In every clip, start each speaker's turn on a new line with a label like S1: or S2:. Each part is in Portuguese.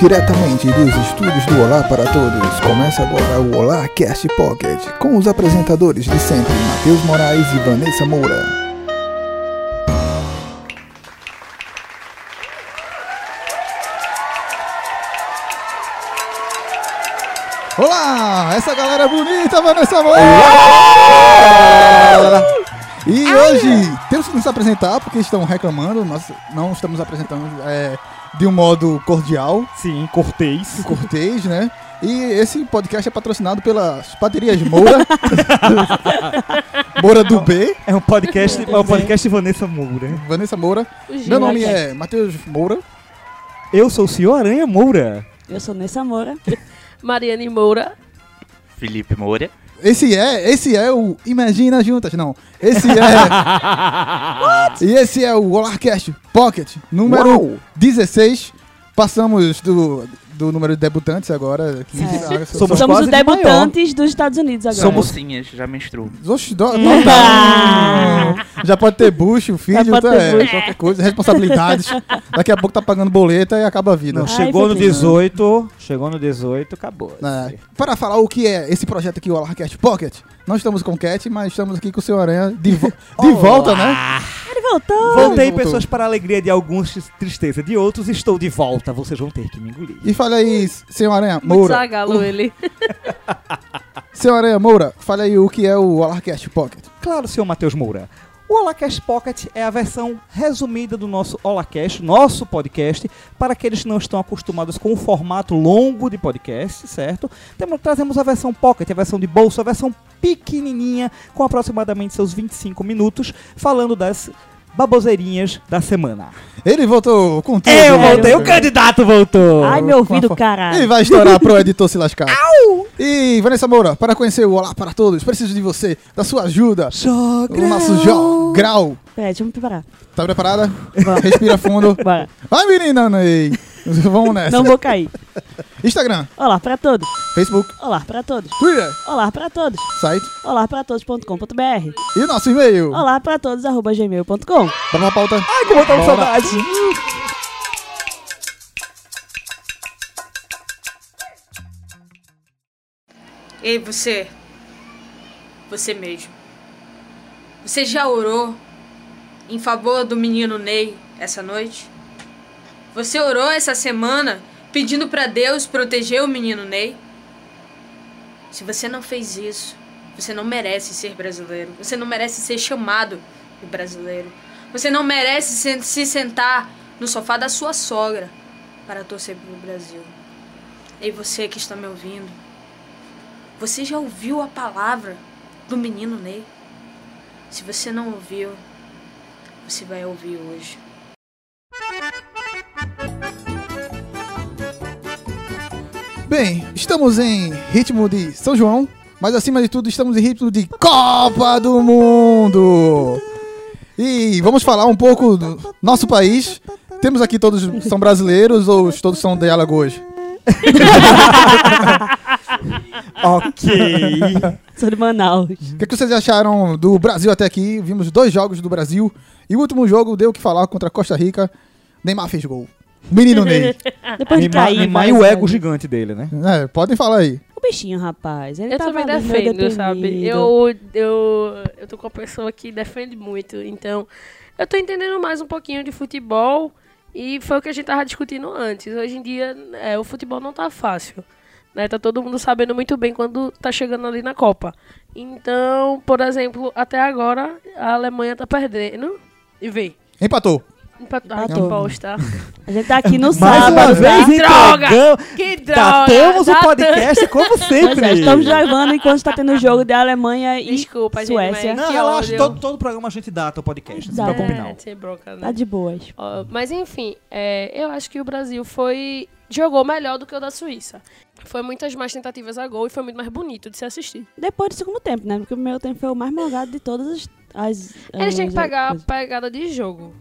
S1: Diretamente dos estúdios do Olá para Todos, começa agora o Olá Cast Pocket, com os apresentadores de sempre, Matheus Moraes e Vanessa Moura.
S2: Olá, essa galera é bonita, Vanessa Moura! E hoje temos que nos apresentar porque estão reclamando, nós não estamos apresentando é, de um modo cordial,
S3: Sim, cortês.
S2: cortês, né? E esse podcast é patrocinado pelas padarias Moura, Moura do B,
S3: É um podcast, é um podcast Vanessa Moura.
S2: Vanessa Moura.
S4: O Gil
S2: Meu nome
S4: aqui.
S2: é Matheus Moura.
S3: Eu sou o senhor Aranha Moura.
S5: Eu sou Nessa Moura.
S4: Mariane Moura.
S6: Felipe Moura.
S2: Esse é, esse é o Imagina Juntas, não. Esse é. e esse é o Olarcast Pocket, número 16. Passamos do, do número de debutantes agora. Que
S5: É.
S2: Ah,
S3: Somos
S5: Somos
S3: quase
S5: os
S3: de maior.
S5: debutantes dos Estados Unidos agora.
S3: Somos-
S6: Mocinhas, já menstruou.
S2: Oxe, dó- não dá. Já pode ter bucho, filho,
S5: pode
S2: tá,
S5: ter
S2: é,
S5: bucho.
S2: qualquer coisa, responsabilidades. Daqui a pouco tá pagando boleta e acaba a vida.
S3: Não,
S5: Ai,
S3: chegou no
S5: Felipe.
S3: 18, chegou no 18, acabou.
S2: É. Para falar o que é esse projeto aqui, o Olarcast Pocket, não estamos com o Cat, mas estamos aqui com o seu Aranha de, vo- de volta, né?
S5: Ele voltou.
S3: Voltei,
S2: Voltou.
S3: pessoas, para a alegria de alguns, tris- tristeza de outros. Estou de volta, vocês vão ter que me engolir.
S2: E fala aí, senhor Aranha
S4: Muito
S2: Moura.
S3: Uh.
S4: zagalo ele.
S2: Seu Aranha Moura, fala aí o que é o Alarcast Pocket.
S3: Claro, senhor Matheus Moura. O Olacast Pocket é a versão resumida do nosso Olacast, nosso podcast, para aqueles que não estão acostumados com o formato longo de podcast, certo? Temos, trazemos a versão Pocket, a versão de bolso, a versão pequenininha, com aproximadamente seus 25 minutos, falando das baboseirinhas da semana.
S2: Ele voltou com tudo.
S3: Eu
S5: Sério?
S3: voltei, o candidato voltou!
S5: Ai, meu ouvido,
S2: Ele
S5: caralho.
S2: vai estourar pro editor se lascar. E Vanessa Moura, para conhecer o Olá para Todos, preciso de você, da sua ajuda.
S3: Sogra!
S2: O nosso Jó Grau.
S5: Peraí, deixa eu me preparar.
S2: Tá preparada?
S5: Vamos.
S2: Respira fundo.
S5: Bora.
S2: Vai, menina! Ney. Vamos nessa.
S5: Não vou cair.
S2: Instagram,
S5: Olá pra todos.
S2: Facebook,
S5: Olá pra todos.
S2: Twitter,
S5: Olá pra todos.
S2: site
S5: Olá pra todos.com.br.
S2: e o nosso e-mail.
S5: Olá pra todos, arroba gmail.com.
S2: Bora na pauta.
S3: Ai, como eu tava com
S2: Bora.
S3: saudade!
S7: Ei, você. Você mesmo. Você já orou em favor do menino Ney essa noite? Você orou essa semana pedindo pra Deus proteger o menino Ney? Se você não fez isso, você não merece ser brasileiro. Você não merece ser chamado de brasileiro. Você não merece se- se sentar no sofá da sua sogra para torcer pelo Brasil. Ei, você que está me ouvindo, você já ouviu a palavra do menino Ney? Se você não ouviu, você vai ouvir hoje.
S2: Bem, estamos em ritmo de São João, mas acima de tudo estamos em ritmo de Copa do Mundo. E vamos falar um pouco do nosso país. Temos aqui todos são brasileiros ou todos são de Alagoas?
S3: Ok!
S5: Sou de Manaus.
S2: O que, é que vocês acharam do Brasil até aqui? Vimos dois jogos do Brasil e o último jogo deu o que falar contra a Costa Rica. Neymar fez gol. Menino Ney.
S4: Ah,
S5: Depois de
S3: Neymar-
S5: cair.
S3: Neymar
S5: vai,
S3: e o
S5: vai.
S3: ego gigante dele, né?
S2: É, podem falar aí.
S5: O bichinho, rapaz. Ele
S4: Eu
S5: tava
S4: também
S5: ali meio
S4: defendo, sabe?
S5: deprimido.
S4: Eu, eu, eu tô com uma pessoa que defende muito, então eu tô entendendo mais um pouquinho de futebol e foi o que a gente tava discutindo antes. Hoje em dia é, o futebol não tá fácil. Né? Tá todo mundo sabendo muito bem quando tá chegando ali na Copa. Então, por exemplo, até agora a Alemanha tá perdendo. E vê.
S2: Empatou.
S4: Empatou. Ah, que
S5: Empatou.
S4: bosta.
S5: A gente tá aqui no
S3: Mais uma
S5: sábado. né?
S3: vez,
S4: Que
S3: entregamos-
S4: droga! Que
S5: Tá
S4: droga!
S5: um
S4: Tá
S3: Datamos o
S4: Datamos.
S3: podcast como
S5: Pois
S3: sempre.
S5: é, estamos gravando enquanto está tendo o jogo da Alemanha e
S4: Desculpa, gente,
S5: Suécia.
S4: mas-
S3: Não,
S4: Que
S3: relaxa,
S4: ódio.
S3: todo, todo programa a gente data o podcast, assim, não se
S5: Data.
S3: preocupe não.
S4: É, sem bronca, né?
S5: Tá de boas.
S4: Ó, Mas enfim, é, eu acho que o Brasil foi jogou melhor do que o da Suíça. Foi muitas mais tentativas a gol e foi muito mais bonito de se assistir.
S5: Depois do segundo tempo, né? Porque o meu tempo foi o mais malgado de todas as. as
S4: Eles têm que pagar a
S5: Não
S4: pegada de jogo.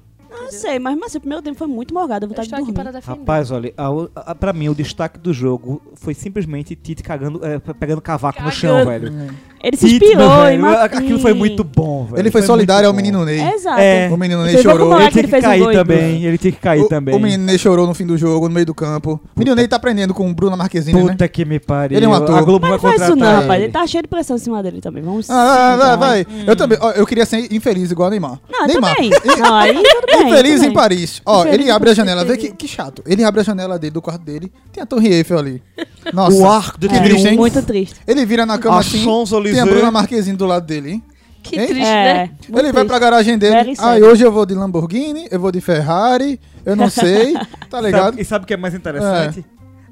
S5: sei, mas, mas assim, o primeiro tempo foi muito malgado. eu tá Vontade
S4: Eu estou
S5: de
S4: aqui
S5: dormir.
S4: para defender.
S3: Rapaz, olha, a, a- pra mim o destaque do jogo foi simplesmente Tite cagando, eh, é, pegando cavaco no chão,
S4: Cagando.
S3: velho.
S5: Ele se
S3: Pitman,
S5: inspirou em
S3: velho.
S5: Matilda.
S3: Aquilo foi muito bom, velho.
S2: Ele foi,
S3: muito
S2: solidário ao
S3: bom.
S2: menino Ney.
S5: Exato.
S3: É.
S2: O menino Ney
S5: Ele fez
S2: chorou.
S5: como lá
S3: Ele
S5: que
S3: tinha
S5: ele
S3: que
S5: fez o
S3: cair
S5: doido.
S3: também. Ele tinha que cair
S2: o,
S3: também.
S2: o menino né? Ney chorou no fim do jogo, no meio do campo. O menino Ney tá aprendendo com o Bruno Marquezine, né?
S3: Puta que me pariu.
S2: Ele é um ator.
S3: A Globo
S5: Mas não
S3: vai
S5: faz isso
S3: contratar
S5: não, rapaz. Ele
S3: ele.
S5: tá cheio de pressão em cima dele também. Vamos
S2: Ah, vai,
S5: se
S2: vai. Eu também. ó, eu queria ser infeliz igual a Neymar.
S5: Hum. Não, tudo
S2: Neymar.
S5: bem. Não, aí tudo bem.
S2: infeliz
S5: É, tudo
S2: em
S5: bem.
S2: Paris. Ó,
S5: Infeliz
S2: ele
S5: em
S2: abre a
S5: Paris,
S2: janela. Vê que,
S5: infeliz.
S2: que chato. Ele abre a janela dele, do quarto dele. Tem a Torre Eiffel ali. Nossa.
S3: O arco do
S2: que
S5: É,
S2: triste, hein?
S5: Muito triste.
S2: Ele vira na cama
S3: A
S2: assim. Tem a
S3: Champs-Élysées.
S2: Bruna Marquezine do lado dele, hein?
S4: Que
S2: Hein?
S4: triste,
S5: É,
S4: né?
S5: muito
S2: ele vai
S5: triste.
S2: pra garagem dele.
S5: Very
S2: Ai,
S5: sad.
S2: hoje eu vou de Lamborghini, eu vou de Ferrari, eu não sei. Tá ligado?
S3: Sabe- e sabe o que é mais interessante?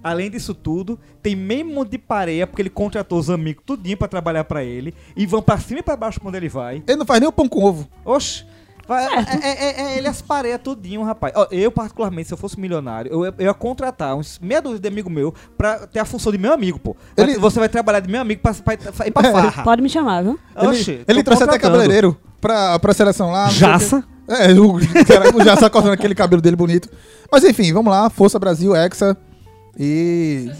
S3: Além disso tudo, tem mesmo monte de pareia, porque ele contratou os amigos tudinho pra trabalhar pra ele, e vão pra cima e pra baixo quando ele vai.
S2: Ele não faz nem o pão com ovo.
S3: Oxe, vai- é, é- é- é ele as pareia tudinho, rapaz. Ó, eu, particularmente, se eu fosse milionário, eu, ia- eu ia contratar uns meia dúzia de amigo meu pra ter a função de meu amigo, pô. Vai-
S2: Ele- É,
S3: Você vai trabalhar de meu amigo pra, pra, pra ir pra farra.
S5: Pode me chamar, viu?
S3: Oxe,
S2: Ele, ele
S3: tô
S2: trouxe até
S3: contratando.
S2: cabeleireiro pra, pra seleção lá. não sei o quê.
S3: Jaça.
S2: É, o, cara, o Jaça cortando aquele cabelo dele bonito. Mas enfim, vamos lá. Força Brasil, Hexa. E.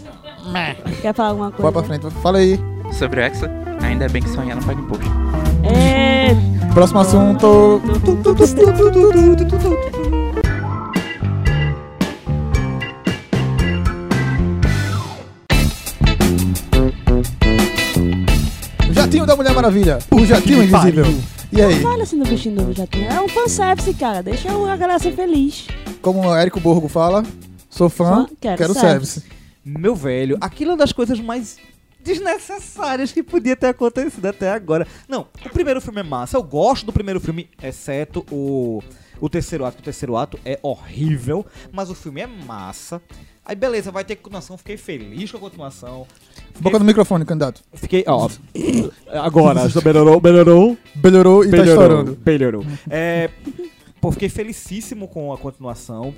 S5: Quer falar alguma
S2: Vai
S5: coisa?
S2: pra frente. Fala aí.
S6: Sobre o Hexa, ainda bem que sonhar não paga imposto.
S5: É,
S2: Próximo assunto. Jatinho da Mulher Maravilha. O Jatinho
S3: que
S2: Invisível.
S3: pariu.
S2: E aí?
S5: olha assim do bichinho do jatinho. É um fanservice, cara. Deixa a galera ser feliz.
S2: Como o Érico Borgo fala, sou fã,
S5: Fã,
S2: quero,
S5: quero
S2: service.
S5: service.
S3: Meu velho, aquilo é uma das coisas mais desnecessárias que podia ter acontecido até agora. Não, o primeiro filme é massa, eu gosto do primeiro filme, exceto o, o terceiro ato. O terceiro ato é horrível, mas o filme é massa. Aí beleza, vai ter continuação, fiquei feliz com a continuação.
S2: Boca no microfone, candidato.
S3: Fiquei, ó. Agora, já melhorou, melhorou.
S2: Melhorou e tá estourando.
S3: Melhorou. É, pô, fiquei felicíssimo com a continuação.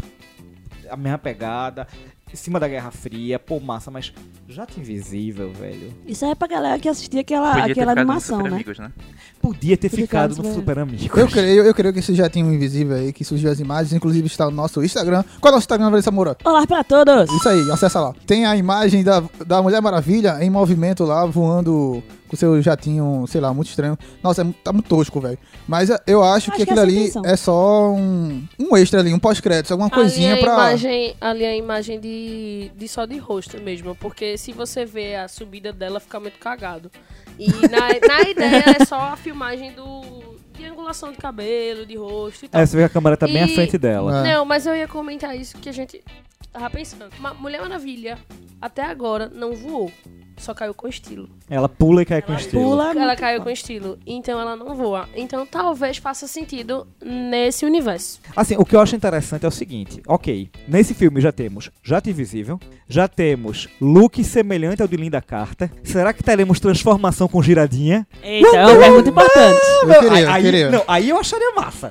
S3: A mesma pegada. Em cima da Guerra Fria. Pô, massa, mas Jato Invisível, velho.
S5: Isso aí é pra galera que assistia aquela,
S6: Podia ter
S5: Ah, aquela
S6: ficado no
S5: animação,
S6: Super
S5: né?
S6: Amigos, né?
S3: Podia ter
S5: Podia
S3: ficado
S5: ficar
S3: no
S5: no
S4: né?
S3: Super Amigo.
S2: Eu creio, eu creio que esse Jatinho Invisível aí, que surgiu as imagens, inclusive está no nosso Instagram. Qual é o nosso Instagram, Vanessa Moura?
S5: Olá pra todos!
S2: Isso aí, acessa lá. Tem a imagem da, da Mulher Maravilha em movimento lá, voando com seu jatinho, sei lá, muito estranho. Nossa, é, mu- tá muito tosco, velho. Mas é, eu acho,
S5: Acho
S2: que
S5: que
S2: aquilo
S5: essa é a
S2: ali
S5: intenção.
S2: é só um, um extra ali, um pós-crédito, alguma coisinha
S4: ali é
S2: pra.
S4: a imagem, ali é a imagem de, de só de rosto mesmo, porque se você vê a subida dela, fica muito cagado. E na, na ideia é só a filmagem do, de angulação de cabelo, de rosto e tal.
S3: É, você vê que a câmera tá bem à
S4: E-
S3: frente dela.
S2: É.
S4: Não, mas eu ia comentar isso que a gente tava pensando. Ma- Mulher Maravilha, até agora, não voou. Só caiu com estilo.
S3: Ela pula e cai com
S4: Ela
S3: estilo.
S5: Pula.
S4: Ela
S5: Ah, muito
S4: caiu
S5: bom.
S4: com estilo, então ela não voa. Então talvez faça sentido nesse universo.
S3: Assim, o que eu acho interessante é o seguinte: ok, nesse filme já temos Jato Invisível, já temos look semelhante ao de Linda Carter. Será que teremos transformação com giradinha?
S5: Eita, é uma pergunta importante.
S2: Eu queria,
S3: aí,
S2: eu
S3: aí-
S2: queria.
S3: não, aí eu acharia massa.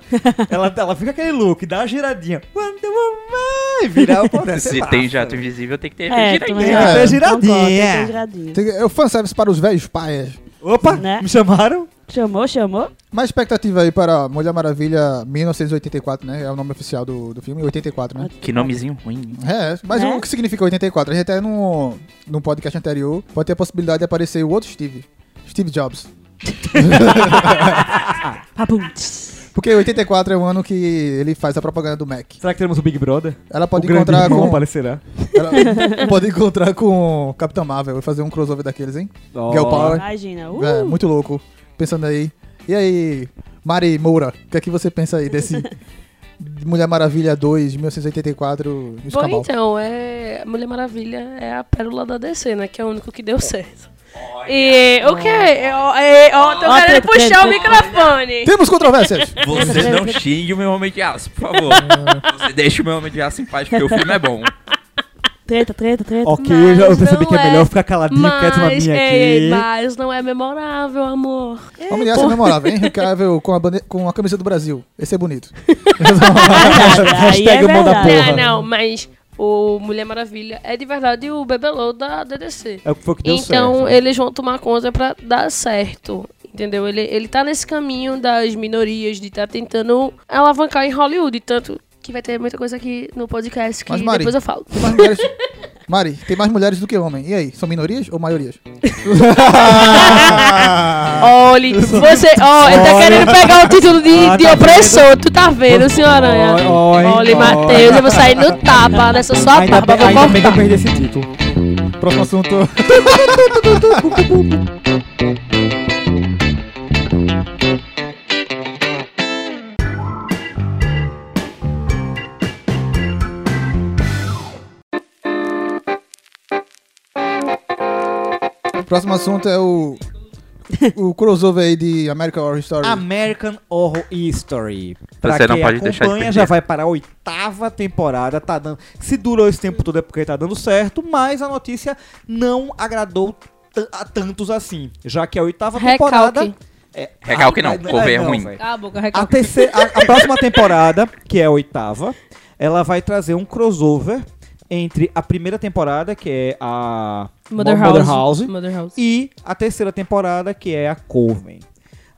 S3: ela, ela fica aquele look, dá uma giradinha. Wonder Woman! e Virar o poder.
S6: Se tem jato invisível, tem que ter né?
S5: É,
S6: efeito
S5: também
S6: giradinho.
S2: É,
S5: acho.
S3: é giradinha.
S5: Concordo, tem que ter giradinha.
S2: Tem- É o fanservice para os velhos pais.
S3: Opa,
S5: Né?
S3: me chamaram?
S5: Chamou, chamou?
S2: Mais expectativa aí para Mulher Maravilha 1984, né? É o nome oficial do, do filme, 84, né?
S6: Que nomezinho ruim.
S2: É, mas
S5: Né?
S2: o que significa 84? A gente até no, no podcast anterior pode ter a possibilidade de aparecer o outro Steve. Steve Jobs.
S5: Papum. tss.
S2: Porque 84 é o ano que ele faz a propaganda do Mac.
S3: Será que teremos o Big Brother?
S2: Ela pode
S3: o grande
S2: encontrar
S3: irmão
S2: com.
S3: aparecerá.
S2: Ela pode encontrar com o Capitão Marvel e fazer um crossover daqueles, hein?
S3: Oh.
S2: Girl Power.
S5: Imagina. Uh,
S2: É, muito louco. Pensando aí. E aí, Mari Moura, o que é que você pensa aí desse Mulher Maravilha 2, 1984,
S4: Bom,
S2: escambau?
S4: então, é Mulher Maravilha é a pérola da DC, né? Que é o único que deu certo. E o que é? Ó, é, ó, tô
S5: Ó,
S4: querendo
S5: treta,
S4: puxar
S5: treta.
S4: o microfone.
S2: Temos controvérsias!
S6: Você não xingue o meu homem de aço, por favor. Você deixa o meu homem de aço em paz, porque o filme é bom.
S5: treta, treta, treta.
S3: Ok, eu já
S4: Mas
S3: percebi
S4: não
S3: que é
S4: é.
S3: melhor ficar caladinho, quieto na
S4: Mas,
S3: minha
S4: ei,
S3: aqui.
S4: mas não é memorável, amor.
S2: Homem de aço é memorável, hein? Henry Cavill com a, bande- com a camisa do Brasil. Esse é bonito.
S5: Aí é
S3: Hashtag o mão da
S5: verdade.
S3: porra.
S4: Ah, Não, não, mas o Mulher Maravilha é de verdade o bebelô da DDC.
S3: É o que foi que deu
S4: Então
S3: certo.
S4: eles vão tomar conta pra dar certo. Entendeu? Ele, ele tá nesse caminho das minorias, de tá tentando alavancar em Hollywood. Tanto que vai ter muita coisa aqui no podcast que
S2: Mas, Mari,
S4: depois eu falo.
S2: Tem mais mulheres, Mari, tem mais mulheres do que homens. E aí, são minorias ou maiorias?
S3: Ah!
S2: Ah!
S4: Olha, você. Ó, ele tá querendo pegar o título de,
S3: Ah,
S4: de
S3: tá
S4: opressor. Tu tá vendo, senhora?
S8: Oi, oi,
S4: Olha,
S8: oi.
S4: Matheus, eu vou sair no tapa nessa sua
S8: Ainda,
S4: barba.
S8: bem,
S4: Vou
S8: ainda bem que eu
S4: cortar.
S8: perdi esse título.
S2: Próximo assunto. Próximo assunto é o. O crossover aí de American Horror Story.
S3: Ah, American Horror History. Pra
S6: Você
S3: quem
S6: não pode deixar de
S3: acompanha,
S6: perder.
S3: já vai para a oitava temporada. Tá dando... Se durou esse tempo todo é porque tá dando certo, mas a notícia não agradou t- a tantos assim. Já que a oitava
S4: Recalque.
S3: temporada. É,
S6: Recalque não,
S3: ai,
S6: povo, é ruim.
S3: véi.
S4: Cala a boca,
S3: A,
S4: recalque.
S3: terceira, a, a próxima temporada, que é a oitava, ela vai trazer um crossover entre a primeira temporada, que é a
S4: Mother
S3: Mo- Mother
S4: House.
S3: House,
S4: Mother House.
S3: e a terceira temporada, que é a Coven.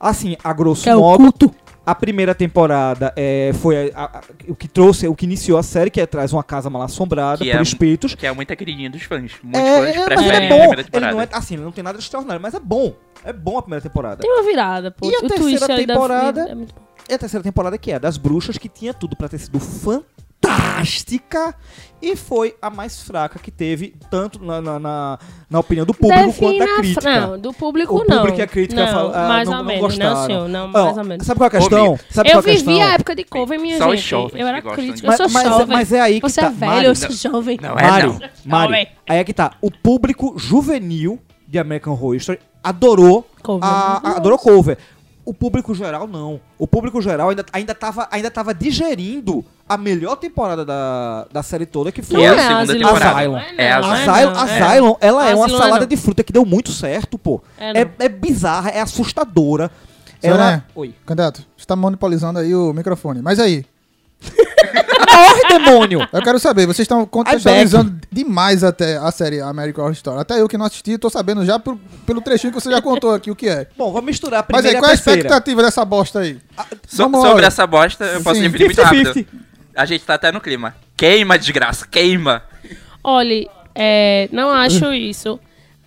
S3: Assim, a grosso
S4: Que é o
S3: modo, a primeira temporada é, foi a- a- a- o que trouxe, o que iniciou a série, que é traz uma casa mal assombrada
S6: Que
S3: por
S6: é-
S3: espíritos.
S6: Que é muita queridinha dos fãs. Muitos
S3: É,
S6: fãs
S3: é, mas ele
S6: preferem
S3: é
S6: a
S3: bom.
S6: primeira
S3: Ele não é,
S6: temporada.
S3: assim, ele não tem nada de extraordinário, mas é bom. É bom a primeira temporada.
S4: Tem uma virada, pô.
S3: E a
S4: o
S3: terceira
S4: twist aí da
S3: temporada?
S4: vida é muito bom.
S3: E a terceira temporada que é a das bruxas, que tinha tudo pra ter sido fantástica e foi a mais fraca que teve, tanto na, na, na, na opinião do público quanto da
S4: Defina a
S3: crítica.
S4: fra- Não, do público
S3: O
S4: não.
S3: público e a crítica
S4: não,
S3: fala- ah,
S4: mais
S3: não-
S4: ou
S3: não
S4: menos,
S3: gostaram.
S4: não, senhor. Não,
S3: Ó,
S4: mais ou menos.
S3: sabe qual é a questão? Sabe
S4: eu
S3: qual é a
S4: vivi
S3: questão?
S4: a época de cover, minha
S6: Só os
S4: gente.
S6: jovens
S4: Eu
S6: que
S4: era
S6: gostam
S4: crítica, eu
S6: disso.
S4: sou
S3: mas,
S4: jovem.
S3: mas é aí que
S4: Você
S3: tá.
S4: é velho,
S3: Mari,
S4: eu sou jovem.
S6: Não é,
S3: Mário,
S6: não.
S3: Mário,
S4: Jovem.
S3: aí é que tá. O público juvenil de American Horror Story adorou
S4: Cover.
S3: a, a, adorou cover. O público geral não. O público geral ainda, ainda, tava, ainda tava digerindo a melhor temporada da, da série toda, que
S4: Não
S3: foi
S6: E
S4: é
S6: a
S3: a
S6: segunda
S4: Asylum.
S6: temporada.
S3: Asylum.
S6: É
S4: Não,
S6: Asylum.
S3: Asylum,
S4: não, é.
S3: Asylum, ela é uma
S4: Asylum é
S3: salada
S4: não.
S3: de fruta que deu muito certo, pô.
S4: É
S3: É,
S4: não.
S3: é bizarra, é assustadora.
S2: Senhora,
S3: Ela... Oi.
S2: Candidato, você tá monopolizando aí o microfone. Mas aí,
S3: Ai, demônio!
S2: eu quero saber, vocês estão contextualizando demais até a série American Horror Story. Até eu que não assisti, tô sabendo já por- pelo trechinho que você já contou aqui o que é.
S3: Bom, vamos misturar a
S2: Mas
S3: primeira
S2: aí,
S3: e a
S2: qual é a
S3: terceira. Ah,
S2: expectativa dessa bosta aí?
S6: So-
S2: Vamos
S6: sobre
S2: lá.
S6: essa bosta, eu posso
S2: Sim.
S6: repetir muito rápido.
S3: 50-50.
S6: A gente tá até no clima. Queima, desgraça, queima.
S4: Olha, é, não acho isso.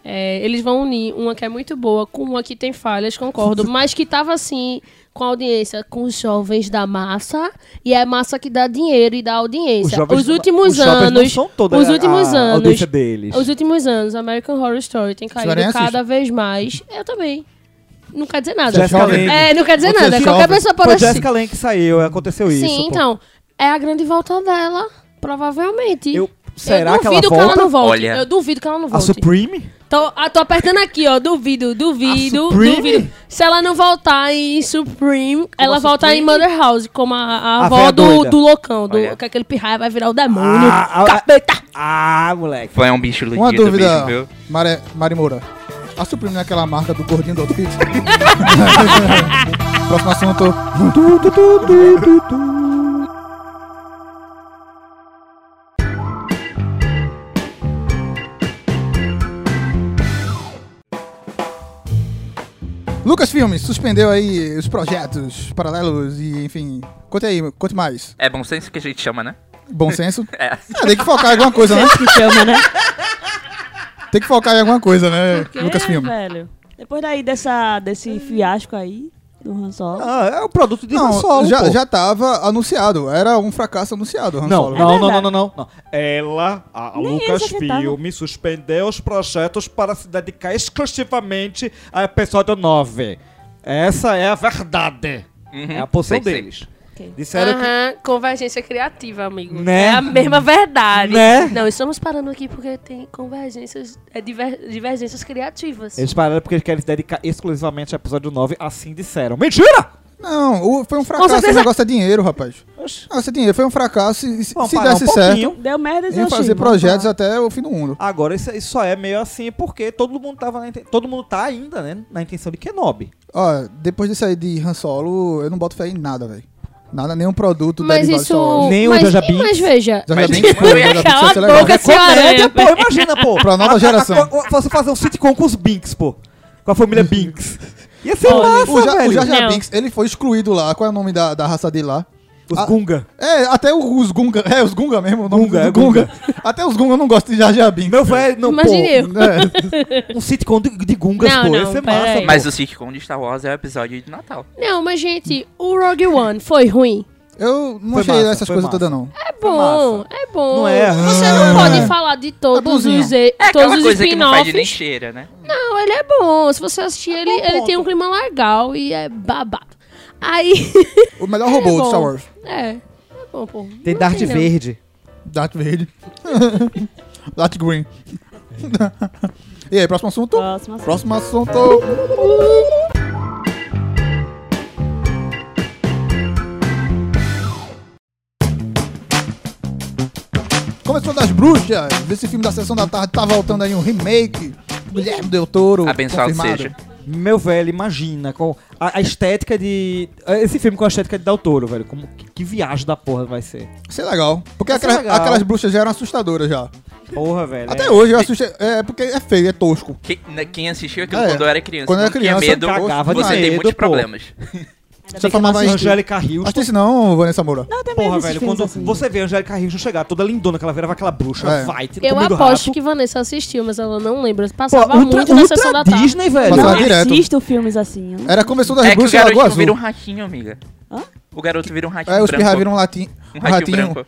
S4: É, eles vão unir uma que é muito boa com uma que tem falhas, concordo. Mas que tava assim, com a audiência, com os jovens da massa. E é massa que dá dinheiro e dá audiência. Os,
S3: jovens-
S4: últimos
S3: os jovens
S4: anos.
S3: não são toda
S4: os
S3: a-
S4: últimos
S3: a
S4: anos.
S3: audiência deles.
S4: Os últimos anos, American Horror Story tem caído
S2: senhora nem
S4: cada vez mais. Eu também. Não quer dizer nada.
S2: Você é jovem?
S4: É, não quer dizer
S2: Você é
S4: nada. Qualquer
S2: jovem?
S4: pessoa pode
S3: Foi
S4: assistir.
S3: Jessica Lange que saiu, aconteceu isso.
S4: Sim,
S3: pô.
S4: então. É a grande volta dela, provavelmente.
S3: Eu- será
S4: eu
S3: que ela
S4: duvido
S3: volta?
S4: não volte.
S6: Olha.
S4: Eu duvido que ela não
S3: A
S4: volte.
S3: Supreme?
S4: Tô, ah, tô apertando aqui, ó. Duvido, duvido,
S3: A Supreme?
S4: duvido. Se ela não voltar em Supreme, ela voltar em Mother House, como a, a
S3: A
S4: avó
S3: véia
S4: do,
S3: doida.
S4: do loucão, do,
S6: Olha.
S4: que aquele pirraia vai virar o demônio.
S3: Ah, ah,
S4: Capeta!
S3: Ah, moleque.
S6: Foi um bicho iludido,
S2: Uma dúvida,
S6: bicho, viu?
S2: Mari, Mari Moura. A Supreme não é aquela marca do gordinho do outfit? Próximo assunto. Lucas Filmes suspendeu aí os projetos paralelos e, enfim. Conte aí, conte mais.
S6: É bom senso que a gente chama, né?
S2: Bom senso.
S6: É.
S2: Ah, tem que focar em alguma coisa, né?
S5: que chama, né?
S2: Tem que focar em alguma coisa, né,
S5: Que,
S2: Lucas Filmes?
S5: velho. Depois daí dessa, desse fiasco aí, do Han Solo.
S3: Ah, é o produto de
S2: Não,
S3: Han Solo,
S2: já,
S3: pô.
S2: já tava anunciado. Era um fracasso anunciado, Han
S3: Não,
S2: Solo.
S3: não, não, não,
S5: verdade.
S3: não, não, não. Ela, a
S5: Nem eu
S3: Lucasfilm,
S5: acreditava.
S3: suspendeu os projetos para se dedicar exclusivamente ao episódio 9. Essa é a verdade.
S6: Uhum.
S3: É a posição
S6: Sei, sei.
S3: deles.
S5: Ok.
S3: Disseram que.
S4: Aham, convergência criativa, amigo.
S3: Né?
S4: É a mesma verdade.
S3: Né?
S4: Não, estamos parando aqui porque tem convergências, é, diver- divergências criativas.
S3: Eles pararam porque eles querem se dedicar exclusivamente ao episódio 9, assim disseram. Mentira!
S2: Não, o- foi um fracasso. O
S4: certeza.
S2: negócio é dinheiro, rapaz.
S3: Oxi.
S2: Nossa, é dinheiro. Foi um fracasso. E se,
S3: Vamos
S2: se
S3: parar
S2: desse
S3: um
S2: certo,
S3: pouquinho.
S5: Deu merda e assim,
S2: iam fazer projetos assim. até o fim do mundo.
S3: Agora, isso, isso só é meio assim porque todo mundo tava na inten- Todo mundo tá ainda, né? Na intenção de Kenobi.
S2: Ó, depois de sair de Han Solo, eu não boto fé em nada, velho. Nada, nenhum produto
S4: Mas
S2: derivado de
S4: isso.
S2: Star Wars.
S3: Nem o
S4: mas,
S3: Jar Jar
S4: sim, mas
S3: Binks.
S4: veja. né?
S2: Já
S6: Mas
S2: já
S6: nem
S2: tem
S6: foi.
S2: coisa, já tem
S4: Cala
S2: coisa
S4: a
S2: legal.
S4: boca,
S3: Comédia,
S4: senhora.
S3: pô, imagina, pô.
S2: Pra nova
S3: A- a-
S2: geração.
S3: a- você fazer um sitcom com os Binks, pô. Com a família Binks. Ia ser
S4: Olha.
S3: massa,
S2: O Ja- o
S3: velho.
S2: Jar Jar
S4: Não.
S2: Binks, ele foi excluído lá. Qual é o nome da, da raça dele lá?
S3: Os
S2: Ah.
S3: Gunga.
S2: É, até o- os Gunga. É, os Gunga mesmo. O nome
S3: Gunga,
S2: dos
S3: é
S2: Gunga. Até os Gunga não gostam de Jar Jar Binks.
S3: Meu velho, não, pô.
S4: Imagine eu.
S2: É,
S3: Um sitcom de, de Gungas,
S4: Não,
S3: pô.
S4: não,
S3: Esse é
S4: pera
S3: massa,
S4: aí.
S3: pô.
S6: Mas o sitcom de Star Wars é o episódio de Natal.
S4: Não, mas gente, o Rogue One foi ruim.
S2: eu não
S3: Foi
S2: achei
S3: massa,
S2: essas
S3: foi
S2: coisas
S3: massa.
S2: todas, não.
S6: Tá
S4: É bom,
S3: massa.
S4: é bom.
S3: Não é.
S4: Você não pode falar de todos
S2: Ah. Tá bonzinho.
S4: os, e-
S6: É
S4: todos
S6: aquela
S4: os
S6: coisa que não fede nem
S4: spin-offs.
S6: cheira, né?
S4: Não, ele é bom. Se você assistir,
S2: É
S4: ele, ele tem um clima legal e é babado. Aí.
S2: O melhor robô do
S4: bom.
S2: Star Wars.
S4: é. É bom, pô.
S3: Tem
S4: Não
S3: Darth
S4: não.
S3: Verde.
S2: Darth Verde. Darth Green. e aí, próximo assunto?
S5: Próxima série.
S2: Próximo assunto. Começou das bruxas. Esse filme da Sessão da Tarde tá voltando aí um remake. Guilherme Del Toro.
S6: Abençoado
S2: confirmado.
S6: seja.
S3: Meu velho, imagina com a, a estética de. Esse filme com a estética de Del Toro, velho. Como, que, que viagem da porra vai ser?
S2: Isso é legal. Porque
S3: Vai ser
S2: aquelas,
S3: legal.
S2: aquelas bruxas já eram assustadoras já.
S3: Porra, velho.
S2: Até hoje eu assusto. É porque é feio, é tosco.
S6: Que- né, Quem assistiu aquilo
S2: Ah, é.
S6: quando eu era criança,
S2: Quando eu
S6: não
S2: era criança,
S6: tinha medo,
S3: eu cagava de
S6: você tem
S3: medo,
S6: muitos
S3: pô.
S6: problemas.
S2: é, Você
S5: Ainda bem que eu
S2: falava
S5: não
S2: aí,
S5: assisti.
S3: Angélica Rios.
S2: Acho que isso não, Vanessa Moura.
S5: Não, eu também
S3: Porra,
S5: assisti
S3: velho,
S5: filmes
S3: quando
S5: assim.
S3: você vê a Angélica Rios chegar toda lindona, aquela velha, vai aquela bruxa,
S2: É.
S3: vai, te-
S4: Eu
S3: comendo
S4: aposto
S3: rabo.
S4: que Vanessa assistiu, mas ela não lembra.
S3: Pô,
S4: Passava
S3: ultra,
S4: muito na
S3: ultra
S4: sessão da tarde.
S3: Disney, velho.
S2: Passava
S5: Não
S2: direto.
S5: assisto filmes assim. eu não-
S2: Era a Convenção das
S6: é que o
S2: Bruxas em Lagoa
S6: garoto
S2: Azul.
S6: vira um ratinho, amiga.
S5: Hã?
S6: O garoto vira um ratinho
S2: É, os
S6: branco.
S2: pirra viram um, latim, um
S6: Um ratinho,
S2: ratinho.
S6: branco.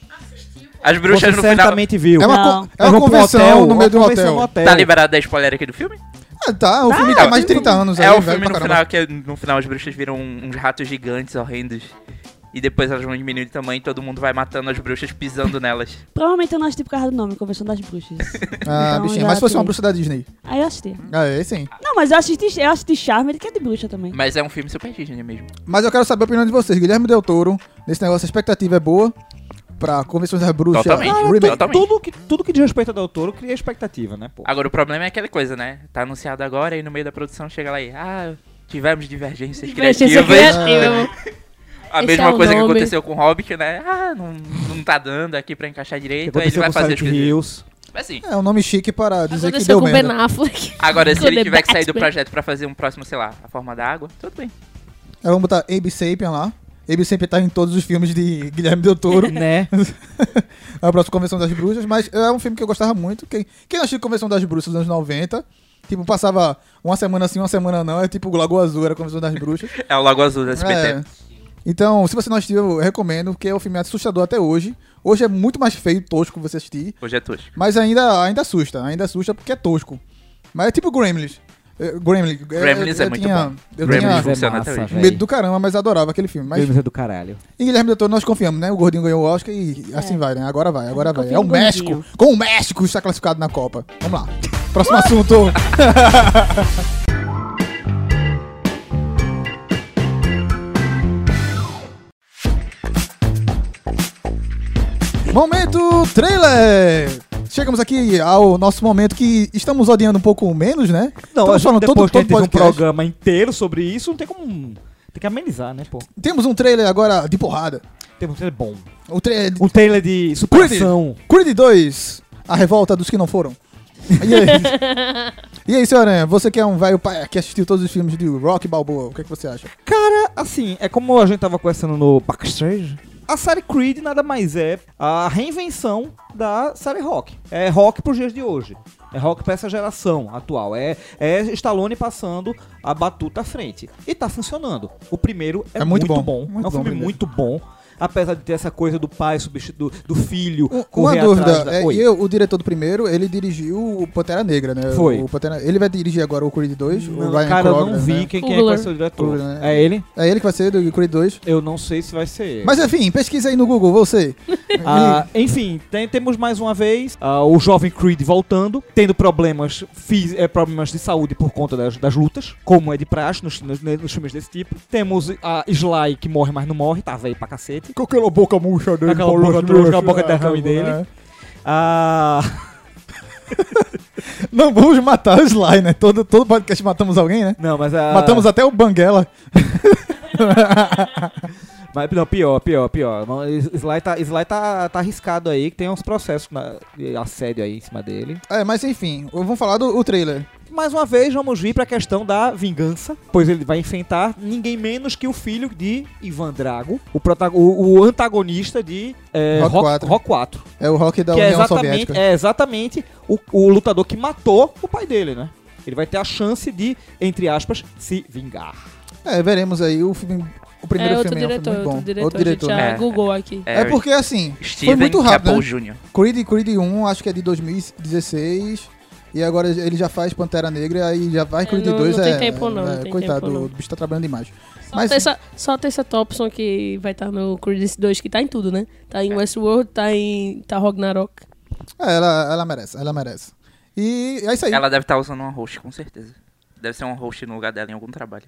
S6: As
S3: Você
S6: bruxas no final...
S3: certamente viu.
S2: É uma,
S5: Não.
S2: con- é uma
S3: Vamos pro
S2: convenção
S3: hotel,
S2: no meio do
S3: uma convenção
S2: hotel.
S3: no
S6: Tá liberado da spoiler aqui do filme?
S2: Ah, tá, o filme tem mais de 30 anos aí,
S6: é o
S2: velho
S6: filme
S2: pra
S6: no
S2: caramba.
S6: final que no final as bruxas viram um- uns ratos gigantes horrendos. E depois elas vão diminuindo de tamanho e todo mundo vai matando as bruxas pisando nelas.
S5: Provavelmente eu não assisti por causa do nome, Convenção das Bruxas.
S2: Ah,
S5: Então,
S2: bichinho,
S5: já
S2: mas se fosse uma
S5: tem.
S2: bruxa da Disney.
S5: Aí eu assisti.
S2: Ah, é, sim.
S5: Não, mas eu assisti, eu assisti Charmed, que é de bruxa também.
S6: Mas é um filme super Disney mesmo.
S2: Mas eu quero saber a opinião de vocês. Guilherme Del Toro, nesse negócio, a expectativa é boa pra Convenções das Bruxas.
S6: Totalmente,
S2: remake.
S6: totalmente.
S3: Tudo que, tudo que diz respeito a Del Toro cria expectativa, né, pô?
S6: Agora o problema é aquela coisa, né? Tá anunciado agora e no meio da produção chega lá e. Ah, tivemos divergências
S4: Divergência
S6: criativas.
S4: criativa.
S6: A
S4: Esse
S6: mesma
S4: é o
S6: coisa que
S4: nome.
S6: aconteceu com o Hobbit, né? Ah, não, não tá dando aqui pra encaixar direito, aí então ele
S3: Aconteceu
S6: vai
S3: com
S6: fazer o
S3: Silent
S6: que ele-
S3: Hills.
S6: Mas assim,
S2: É um nome chique para dizer que
S4: Aconteceu
S2: deu
S4: com Ben
S2: merda.
S4: Affleck.
S6: agora se
S4: Com
S6: ele
S4: The
S6: tiver que sair do
S4: Batman.
S6: projeto pra fazer um próximo, sei lá, a forma da água, tudo bem.
S2: Aí vamos botar Abe Sapien lá. Abe Sapien tá em todos os filmes de Guilherme Del Toro.
S3: Né?
S2: a próxima Convenção das Bruxas, mas é um filme que eu gostava muito. Quem, quem não assistiu Convenção das Bruxas nos anos 90, tipo, passava uma semana sim, uma semana não, é tipo Lagoa Azul, era Convenção das Bruxas.
S6: É o Lago Azul da SBT.
S2: É. Então, se você não assistiu, eu recomendo, porque é um filme assustador até hoje. Hoje é muito mais feio, tosco você assistir,
S6: Hoje é tosco.
S2: mas ainda, ainda assusta, ainda assusta porque é tosco. Mas é tipo Gremlins. É, Gremlins, é,
S6: Gremlins
S2: eu-
S6: é
S2: eu
S6: muito
S2: tinha-
S6: bom.
S2: Eu
S6: Gremlins
S2: tinha
S6: funciona até hoje.
S2: medo do caramba, mas adorava aquele filme. Mas
S3: Filmes é do caralho.
S2: em Guilherme Del Toro nós confiamos, né? O Gordinho ganhou o Oscar e
S3: É.
S2: assim vai, né? Agora vai, agora vai.
S5: confio
S2: É o
S5: no
S2: México. Com o México está classificado na Copa. Vamos lá. Próximo assunto. Momento trailer! Chegamos aqui ao nosso momento que estamos odiando um pouco menos, né?
S3: Não,
S2: estamos
S3: mas
S2: falando
S3: depois
S2: todo,
S3: que
S2: todo
S3: a gente teve um
S2: podcast.
S3: programa inteiro sobre isso, não tem como... Tem que amenizar, né, pô?
S2: Temos um trailer agora de porrada.
S3: Tem um trailer bom.
S2: O trailer
S3: Um trailer de superação.
S2: Creed 2, a revolta dos que não foram. E aí, e aí senhora, você que é um velho pai que assistiu todos os filmes de Rock Balboa, o que, é que você acha?
S3: Cara, assim, é como a gente tava conversando no Backstage. A série Creed nada mais é a reinvenção da série Rock. É rock pros dias de hoje. É rock pra essa geração atual. É, é Stallone passando a batuta à frente. E tá funcionando. O primeiro é,
S2: É muito
S3: muito,
S2: bom.
S3: bom.
S2: Muito
S3: É um
S2: bom
S3: filme
S2: mesmo.
S3: muito bom. Apesar de ter essa coisa do pai substituto do, do filho.
S2: Um, Uma
S3: correr
S2: dúvida,
S3: atrás da-
S2: é,
S3: Oi.
S2: eu, o diretor do primeiro, ele dirigiu o Pantera Negra, né?
S3: Foi.
S2: O Pantera- ele vai dirigir agora o Creed 2, o
S3: Não,
S2: Ryan
S3: cara, eu
S2: Coogler,
S3: não vi
S2: né?
S3: quem, quem é que vai
S4: Coogler.
S3: ser o diretor.
S2: Coogler, né?
S3: É ele?
S2: É ele que vai ser do Creed 2.
S3: Eu não sei se vai ser ele.
S2: Mas enfim, pesquisa aí no Google, você.
S3: Ah, enfim, tem- temos mais uma vez ah, o jovem Creed voltando, tendo problemas, fis- eh, problemas de saúde por conta das, das lutas, como é de praxe nos, nos- nos filmes desse tipo. Temos a Sly que morre, mas não morre, tá velho pra cacete.
S2: Com aquela boca murcha dele.
S3: Aquela boca
S2: falando,
S3: murcha, aquela boca
S2: é,
S3: derrame dele.
S2: é.
S3: Ah,
S2: Não vamos matar o Sly, né? Todo, todo podcast
S3: Ah.
S2: matamos alguém, né?
S3: não, mas a.
S2: Matamos até o Banguela.
S3: Mas não, pior, pior, pior. Não, Sly, tá, Sly tá, tá arriscado aí, que tem uns processos na- de assédio aí em cima dele.
S2: É, mas enfim, vamos falar do o trailer.
S3: Mais uma vez, vamos vir pra questão da vingança, pois ele vai enfrentar ninguém menos que o filho de Ivan Drago, o, protago- o- o antagonista de é,
S2: Rock 4.
S3: Rock 4,
S2: É o rock da
S3: que é
S2: União
S3: exatamente,
S2: Soviética.
S3: é exatamente o, o lutador que matou o pai dele, né? Ele vai ter a chance de, entre aspas, se vingar.
S2: É, veremos aí o filme. O primeiro
S4: é outro
S2: filme
S4: diretor,
S2: é muito bom.
S4: outro diretor.
S2: Outro diretor.
S4: A gente
S2: né?
S6: né?
S4: já Google aqui.
S2: É porque assim,
S6: Steven
S2: foi muito rápido.
S6: Caple
S2: Né?
S6: Jr.
S2: Creed, Creed 1, acho que é de 2016. E agora ele já faz Pantera Negra, aí já vai
S4: É,
S2: Creed
S4: não-
S2: 2.
S4: não tem
S2: é,
S4: tempo não,
S2: é,
S4: não tem
S2: coitado,
S4: tempo não.
S2: o bicho tá trabalhando demais.
S4: Só,
S2: Mas-
S4: Tessa, só Tessa Thompson que vai estar no Creed 2, que tá em tudo, né? Tá em Westworld, tá em tá Ragnarok.
S2: É, ela, ela merece, ela merece. E é isso aí.
S6: Ela deve estar usando uma host, com certeza. Deve ser uma host no lugar dela em algum trabalho.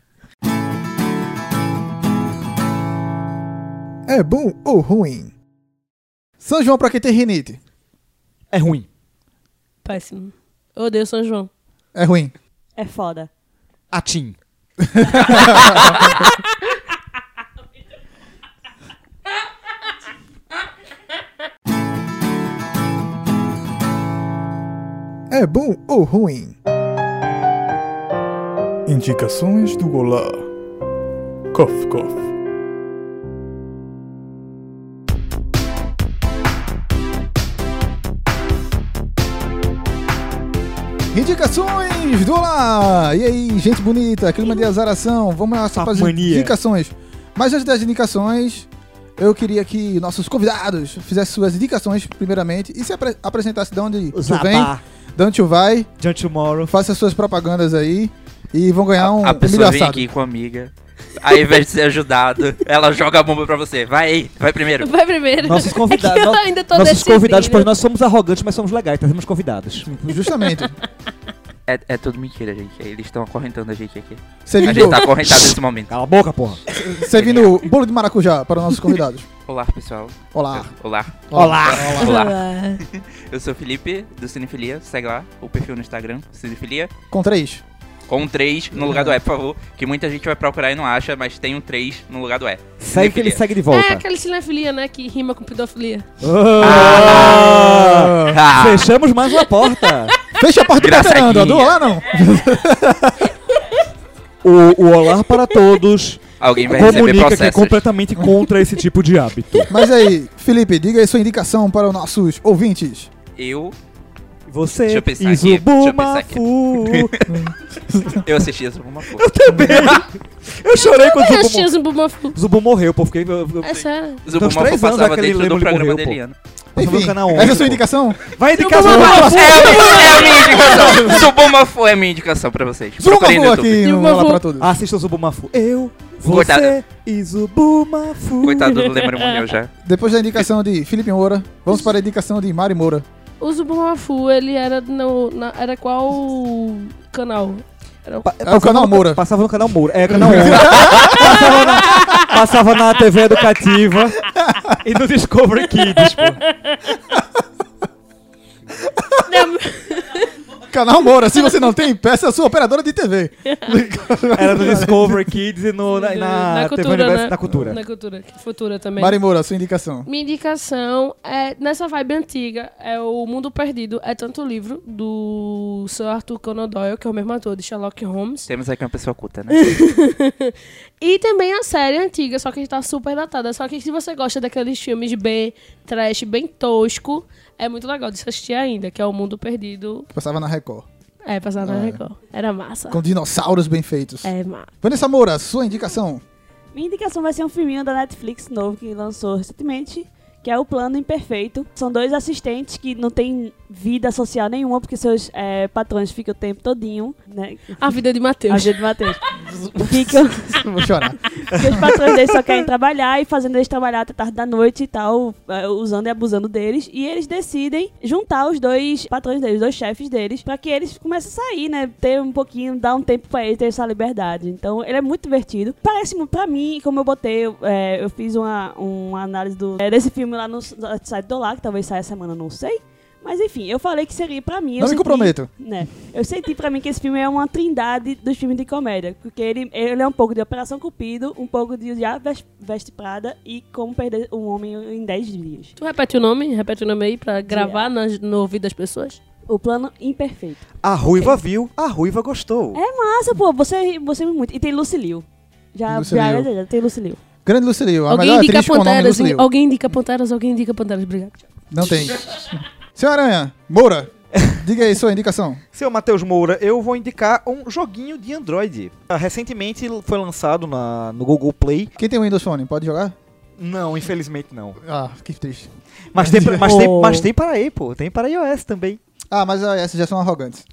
S2: É bom ou ruim? São João pra quem tem rinite.
S3: É ruim.
S4: Péssimo. Odeio São João.
S2: É ruim.
S5: É foda.
S3: A Tim.
S2: É bom ou ruim?
S1: Indicações do Olá. Cof, cof.
S2: Indicações do Olá! E aí, gente bonita, clima de azaração, vamos lá só para as
S3: Papmania.
S2: indicações. Mas antes das indicações, eu queria que nossos convidados fizessem suas indicações primeiramente e se apre apresentasse de onde tu vem,
S3: Zabá.
S2: de onde tu vai,
S3: John Tomorrow.
S2: faça suas propagandas aí e vão ganhar um
S3: É
S6: a
S2: milho
S6: pessoa vem
S2: assado.
S6: aqui com a amiga. Aí, ao invés de ser ajudado, ela joga a bomba pra você. Vai aí, vai primeiro.
S4: Vai primeiro.
S3: Nossos convidados.
S4: É que eu
S3: no-
S4: ainda tô
S3: nossos
S4: decidindo.
S3: convidados, pois nós somos arrogantes, mas somos legais, trazemos convidados.
S2: Justamente.
S6: É, é tudo mentira, gente. Eles estão acorrentando a gente aqui.
S2: Você
S6: A gente
S2: vindo,
S6: tá acorrentado nesse momento.
S3: Cala a boca, porra.
S2: servindo bolo de maracujá para nossos convidados.
S6: Olá, pessoal.
S3: Ah.
S2: Olá.
S6: Olá.
S2: Olá.
S6: Olá.
S4: Ah,
S6: Eu sou o Felipe, do Cinefilia. Segue lá o perfil no Instagram, Cinefilia.
S2: Com três.
S6: Com 3 no lugar do E, por favor. Que muita gente vai procurar e não acha, mas tem um 3 no lugar do E.
S3: Segue que ele
S6: Cinefilia.
S3: segue de
S4: É
S3: volta.
S4: aquele cinefilia, né? Que rima com pedofilia.
S3: Ah!
S6: Ah!
S3: Fechamos mais uma porta.
S2: Fecha a porta do
S6: Graça
S2: Fernando,
S6: aqui.
S2: do Olá não.
S3: O, o Olá para Todos
S6: Alguém vai receber
S3: comunica que é
S6: processos.
S3: completamente contra esse tipo de hábito.
S2: Mas aí, Felipe, diga aí sua indicação para os nossos ouvintes.
S6: Eu, Deixa
S3: Você,
S6: eu pensar aqui, deixa eu pensar aqui.
S3: Izubumafu.
S6: eu assisti essa uma porra.
S3: Eu chorei quando
S4: É, Eu
S3: o
S4: assisti
S3: Zubu,
S4: Zumbu Mafu.
S3: Zubu morreu, pô. Fiquei, eu, eu,
S4: É sério.
S3: Nos três
S6: Zubumofo
S3: anos
S6: passava
S3: aquele
S6: dentro
S3: Lembro
S6: do
S3: ele
S6: programa
S3: morreu,
S6: da
S3: pô.
S6: Eliana.
S3: no
S2: Enfim,
S3: canal
S2: essa é
S3: onze,
S2: a sua
S3: pô.
S2: indicação?
S3: Vai indicar Zubu
S6: É a minha- é a minha indicação. Zubumafu é a minha indicação pra vocês.
S2: Zuma
S6: Procurem no
S2: voa
S6: YouTube.
S2: aqui no
S4: Zuma
S2: Olá
S4: voa.
S2: para Todos.
S3: Assista o Zubumafu. Eu,
S6: Coitado.
S3: você e Zubumafu.
S6: Coitado do Lembra Munhão já.
S2: Depois da indicação de Felipe Moura, vamos para a indicação de Mari Moura.
S4: O Zumbu Mafu, ele era no. na- era qual canal? Era o-
S3: Pa-
S2: É o canal Moura.
S3: Passava no canal Moura. É, canal 11. passava, na, passava na TV Educativa e no Discovery Kids, pô.
S2: Canal Moura, se você não tem, peça a sua operadora de TV.
S3: Era no Discovery Kids e no, na, na
S4: na
S3: TV
S4: cultura,
S3: Universo
S4: né?
S3: da Cultura.
S4: Na cultura, que futura também.
S2: Mari Moura, sua indicação.
S4: Minha indicação é nessa vibe antiga, é o Mundo Perdido, é tanto o livro do Sir Arthur Conan Doyle, que é o mesmo ator de Sherlock Holmes,
S6: Temos aqui uma pessoa culta, né?
S4: e também a série antiga, só que está super datada. Só que se você gosta daqueles filmes bem trash, bem tosco, é muito legal de se assistir ainda, que é o Mundo Perdido.
S2: Passava na Record.
S4: É, passar na Record. Era massa.
S2: Com dinossauros bem feitos.
S4: É massa.
S2: Vanessa Moura, sua indicação.
S5: Minha indicação vai ser um filminho da Netflix novo que lançou recentemente, que é O Plano Imperfeito. São dois assistentes que não têm vida social nenhuma, porque seus eh, patrões ficam o tempo todinho, né?
S4: A vida de
S5: A
S4: Matheus.
S5: gente Matheus. Ficam,
S2: Vou chorar.
S5: porque os patrões deles só querem trabalhar e fazendo eles trabalhar até tarde da noite e tal, eh, usando e abusando deles. E eles decidem juntar os dois patrões deles, os dois chefes deles, pra que eles comecem a sair, né? Ter um pouquinho, dar um tempo pra eles ter essa liberdade. Então, ele é muito divertido. Parece mu- pra mim, como eu botei, eu, eh, é, eu fiz uma, uma análise do, eh, desse filme lá no s- site do Olá, que talvez saia semana, não sei. Mas enfim, eu falei que seria pra mim. eu
S2: Não me
S5: senti-
S2: comprometo.
S5: né? Eu senti pra mim que esse filme é uma trindade dos filmes de comédia. Porque ele, ele é um pouco de Operação Cupido, um pouco de Já Ves- Veste Prada e Como Perder um Homem em 10 Dias.
S4: Tu repete o nome? Repete o nome aí pra gravar nas- no ouvido das pessoas?
S5: O plano imperfeito.
S3: A ruiva viu, a ruiva gostou.
S5: É massa, pô. Você, você me muito. E tem Lucilio. Já,
S2: Lucille
S5: já, é,
S2: Liu.
S5: já, já tem Lucilio.
S2: Grande Lucilio, a
S4: alguém
S2: melhor
S4: indica
S2: atriz com o nome
S4: Panteras.
S2: Lucilio.
S4: Alguém indica Panteras, alguém indica Panteras. Obrigado.
S2: Não tem. Senhor Aranha, Moura, diga aí sua indicação.
S3: Seu Matheus Moura, eu vou indicar um joguinho de Android. Ah, Recentemente foi lançado na, no Google Play.
S2: Quem tem Windows Phone, pode jogar?
S3: Não, infelizmente não.
S2: Ah, que triste.
S3: Mas tem, pra- mas tem,
S5: Oh.
S3: mas tem para Apple, tem para iOS também.
S2: Ah, mas ah, essas já são arrogantes.